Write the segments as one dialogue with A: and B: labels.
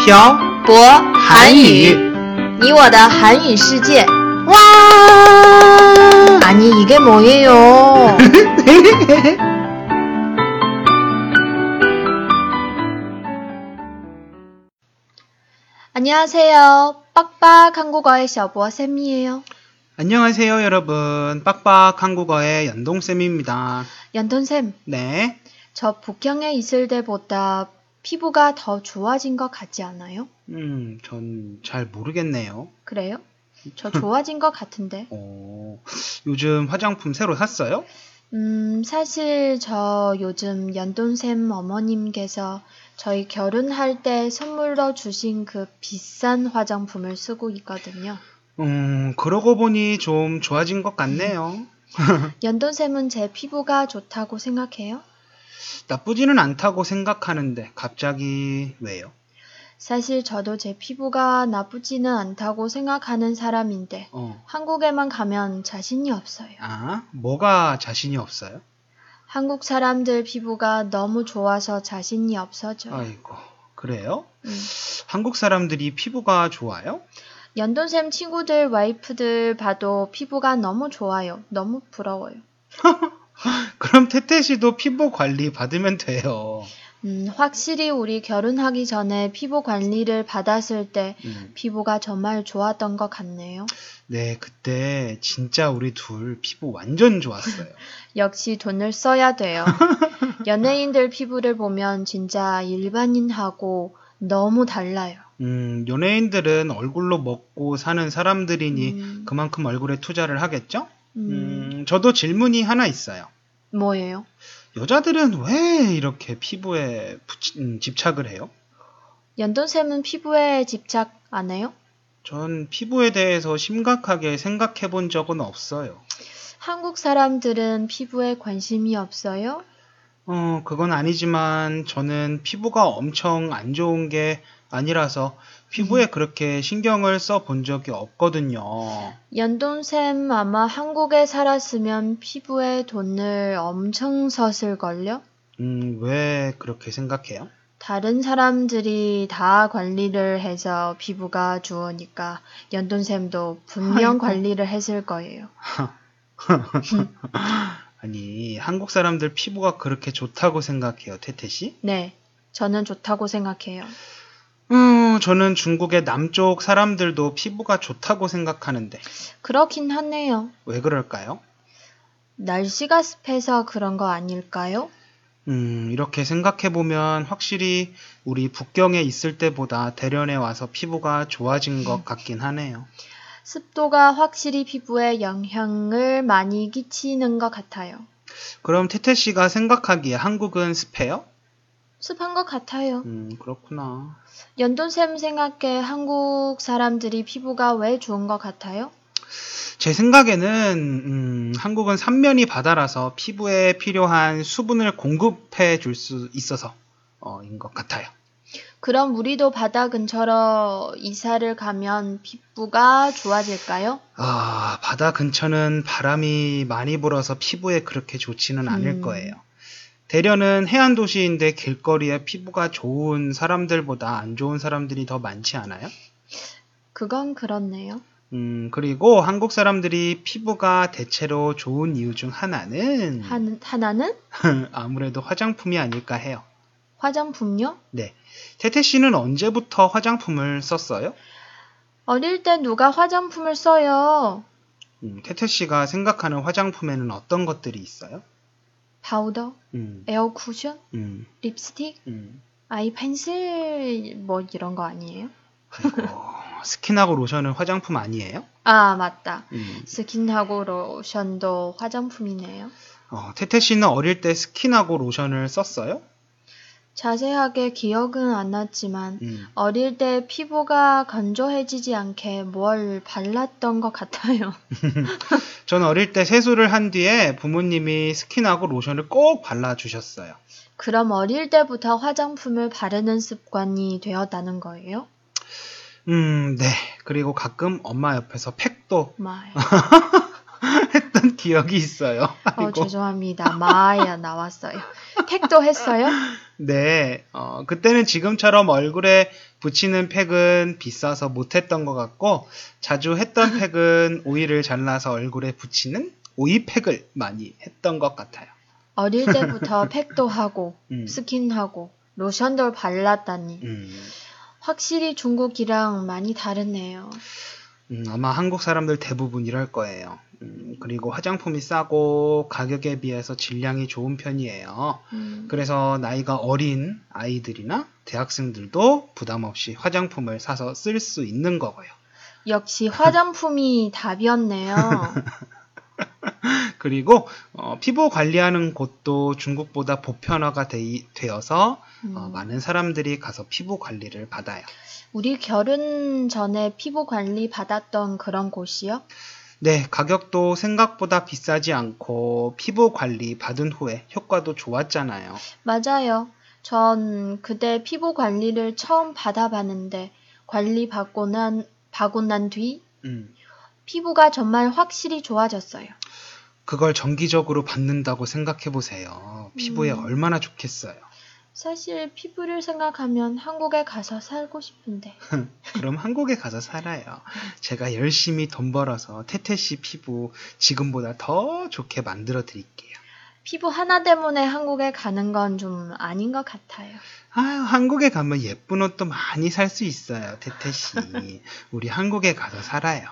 A: 漂
B: 博韩
A: 韩
B: 语，
A: 语
B: 你我的韩语世界。
A: 와!
B: 아니 이게 뭐예요? 안녕하세요. 빡빡 한국어의 셔보어 쌤이에요.
A: 안녕하세요, 여러분. 빡빡 한국어의 연동쌤입니다.
B: 연돈 쌤,
A: 네.
B: 저 북경에 있을 때보다 피부가 더 좋아진 것 같지 않아요?
A: 음, 전 잘 모르겠네요.
B: 그래요? 저 좋아진 것 같은데.
A: 어, 요즘 화장품 새로 샀어요?
B: 음, 사실 저 요즘 연돈샘 어머님께서 저희 결혼할 때 선물로 주신 그 비싼 화장품을 쓰고 있거든요.
A: 음, 그러고 보니 좀 좋아진 것 같네요.
B: 연돈샘은 제 피부가 좋다고 생각해요?
A: 나쁘지는 않다고 생각하는데, 갑자기 왜요?
B: 사실 저도 제 피부가 나쁘지는 않다고 생각하는 사람인데
A: 어,
B: 한국에만 가면 자신이 없어요.
A: 아, 뭐가 자신이 없어요?
B: 한국 사람들 피부가 너무 좋아서 자신이 없어져요.
A: 아이고, 그래요?
B: 음.
A: 한국 사람들이 피부가 좋아요?
B: 연돈샘 친구들 와이프들 봐도 피부가 너무 좋아요. 너무 부러워요.
A: 그럼 태태 씨도 피부 관리 받으면 돼요.
B: 음, 확실히 우리 결혼하기 전에 피부 관리를 받았을 때
A: 음.
B: 피부가 정말 좋았던 것 같네요.
A: 네, 그때 진짜 우리 둘 피부 완전 좋았어요.
B: 역시 돈을 써야 돼요. 연예인들 피부를 보면 진짜 일반인하고 너무 달라요.
A: 음, 연예인들은 얼굴로 먹고 사는 사람들이니
B: 음,
A: 그만큼 얼굴에 투자를 하겠죠?
B: 음,
A: 음, 저도 질문이 하나 있어요.
B: 뭐예요?
A: 여자들은 왜 이렇게 피부에 붙이- 음, 집착을 해요?
B: 연돈샘은 피부에 집착 안 해요?
A: 전 피부에 대해서 심각하게 생각해 본 적은 없어요.
B: 한국 사람들은 피부에 관심이 없어요?
A: 어, 그건 아니지만 저는 피부가 엄청 안 좋은 게 아니라서 피부에 그렇게 신경을 써 본 적이 없거든요.
B: 연돈샘 아마 한국에 살았으면 피부에 돈을 엄청 썼을걸요?
A: 음, 왜 그렇게 생각해요?
B: 다른 사람들이 다 관리를 해서 피부가 좋으니까 연돈샘도 분명
A: 아이고.
B: 관리를 했을 거예요.
A: 아니, 한국 사람들 피부가 그렇게 좋다고 생각해요, 태태 씨?
B: 네, 저는 좋다고 생각해요.
A: 음, 저는 중국의 남쪽 사람들도 피부가 좋다고 생각하는데
B: 그렇긴 하네요.
A: 왜 그럴까요?
B: 날씨가 습해서 그런 거 아닐까요?
A: 음, 이렇게 생각해 보면 확실히 우리 북경에 있을 때보다 대련에 와서 피부가 좋아진 것 같긴 하네요.
B: 습도가 확실히 피부에 영향을 많이 끼치는 것 같아요.
A: 그럼 태태 씨가 생각하기에 한국은 습해요?
B: 습한 것 같아요.
A: 음, 그렇구나.
B: 연돈샘 생각해 한국 사람들이 피부가 왜 좋은 것 같아요?
A: 제 생각에는 음, 한국은 삼면이 바다라서 피부에 필요한 수분을 공급해 줄 수 있어서 어, 인것 같아요.
B: 그럼 우리도 바다 근처로 이사를 가면 피부가 좋아질까요?
A: 아, 바다 근처는 바람이 많이 불어서 피부에 그렇게 좋지는 않을
B: 음.
A: 거예요. 대련은 해안 도시인데 길거리에 피부가 좋은 사람들보다 안 좋은 사람들이 더 많지 않아요?
B: 그건 그렇네요.
A: 음, 그리고 한국 사람들이 피부가 대체로 좋은 이유 중 하나는
B: 한- 하나는
A: 아무래도 화장품이 아닐까 해요.
B: 화장품요?
A: 네. 태태 씨는 언제부터 화장품을 썼어요?
B: 어릴 때 누가 화장품을 써요?
A: 음, 태태 씨가 생각하는 화장품에는 어떤 것들이 있어요?
B: 파우더,
A: 음,
B: 에어 쿠션,
A: 음,
B: 립스틱,
A: 음.
B: 아이 펜슬 뭐 이런 거 아니에요?
A: 아이고, 스킨하고 로션은 화장품 아니에요?
B: 아 맞다.
A: 음.
B: 스킨하고 로션도 화장품이네요.
A: 어, 태태 씨는 어릴 때 스킨하고 로션을 썼어요?
B: 자세하게 기억은 안 났지만
A: 음.
B: 어릴 때 피부가 건조해지지 않게 뭘 발랐던 것 같아요.
A: 전 어릴 때 세수를 한 뒤에 부모님이 스킨하고 로션을 꼭 발라주셨어요.
B: 그럼 어릴 때부터 화장품을 바르는 습관이 되었다는 거예요?
A: 음, 네. 그리고 가끔 엄마 옆에서 팩도
B: 말.
A: 했던 기억이 있어요.
B: 어,
A: 아이고.
B: 죄송합니다. 마야 나왔어요. 팩도 했어요?
A: 네, 어, 그때는 지금처럼 얼굴에 붙이는 팩은 비싸서 못했던 것 같고, 자주 했던 팩은 오이를 잘라서 얼굴에 붙이는 오이 팩을 많이 했던 것 같아요.
B: 어릴 때부터 팩도 하고
A: 음,
B: 스킨하고 로션도 발랐다니
A: 음,
B: 확실히 중국이랑 많이 다르네요.
A: 음, 아마 한국 사람들 대부분 이럴 거예요. 음, 그리고 화장품이 싸고 가격에 비해서 질량이 좋은 편이에요.
B: 음,
A: 그래서 나이가 어린 아이들이나 대학생들도 부담 없이 화장품을 사서 쓸 수 있는 거고요.
B: 역시 화장품이 답이었네요.
A: 아, 그리고 어, 피부 관리하는 곳도 중국보다 보편화가 되, 어서
B: 음,
A: 많은 사람들이 가서 피부 관리를 받아요.
B: 우리 결혼 전에 피부 관리 받았던 그런 곳이요?
A: 네, 가격도 생각보다 비싸지 않고 피부 관리 받은 후에 효과도 좋았잖아요.
B: 맞아요. 전 그때 피부 관리를 처음 받아봤는데 관리 받고 난 받고 난 뒤
A: 음,
B: 피부가 정말 확실히 좋아졌어요.
A: 그걸 정기적으로 받는다고 생각해 보세요. 피부에
B: 음.
A: 얼마나 좋겠어요.
B: 사실 피부를 생각하면 한국에 가서 살고 싶은데
A: 그럼 한국에 가서 살아요. 제가 열심히 돈 벌어서 태태 씨 피부 지금보다 더 좋게 만들어 드릴게요.
B: 피부 하나 때문에 한국에 가는 건 좀 아닌 것 같아요.
A: 아, 한국에 가면 예쁜 옷도 많이 살 수 있어요, 태태 씨. 우리 한국에 가서 살아요.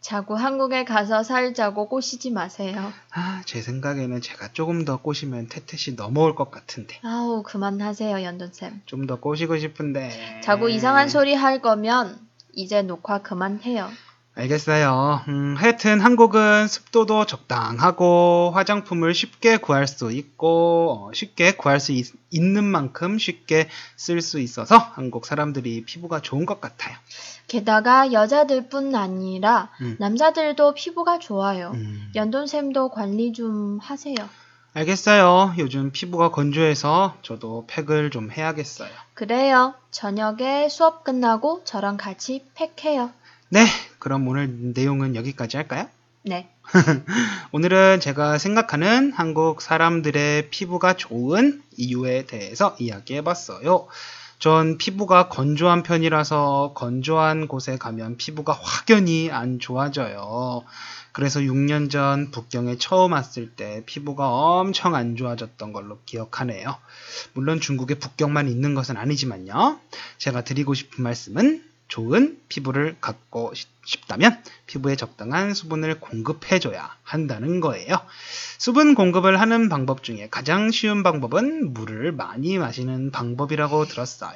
B: 자꾸 한국에 가서 살자고 꼬시지 마세요.
A: 아, 제 생각에는 제가 조금 더 꼬시면 태태 씨 넘어올 것 같은데.
B: 아우 그만하세요 연돈쌤.
A: 좀 더 꼬시고 싶은데.
B: 자꾸 이상한 소리 할 거면 이제 녹화 그만해요.
A: 알겠어요. 음, 하여튼 한국은 습도도 적당하고 화장품을 쉽게 구할 수 있고 어, 쉽게 구할 수 있, 있는 만큼 쉽게 쓸 수 있어서 한국 사람들이 피부가 좋은 것 같아요.
B: 게다가 여자들뿐 아니라
A: 음.
B: 남자들도 피부가 좋아요.
A: 음.
B: 연돈쌤도 관리 좀 하세요.
A: 알겠어요. 요즘 피부가 건조해서 저도 팩을 좀 해야겠어요.
B: 그래요. 저녁에 수업 끝나고 저랑 같이 팩해요.
A: 네, 그럼 오늘 내용은 여기까지 할까요?
B: 네.
A: 오늘은 제가 생각하는 한국 사람들의 피부가 좋은 이유에 대해서 이야기해봤어요. 전 피부가 건조한 편이라서 건조한 곳에 가면 피부가 확연히 안 좋아져요. 그래서 6년 전 북경에 처음 왔을 때 피부가 엄청 안 좋아졌던 걸로 기억하네요. 물론 중국에 북경만 있는 것은 아니지만요. 제가 드리고 싶은 말씀은 좋은 피부를 갖고 싶- 싶다면 피부에 적당한 수분을 공급해줘야 한다는 거예요. 수분 공급을 하는 방법 중에 가장 쉬운 방법은 물을 많이 마시는 방법이라고 들었어요.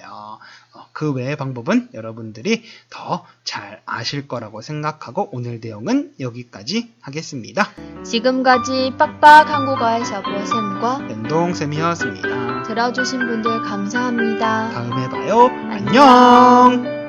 A: 어, 그 외의 방법은 여러분들이 더 잘 아실 거라고 생각하고 오늘 내용은 여기까지 하겠습니다.
B: 지금까지 빡빡 한국어의 샤브쌤과
A: 연동쌤이었습니다.
B: 들어주신 분들 감사합니다.
A: 다음에 봐요. 안녕!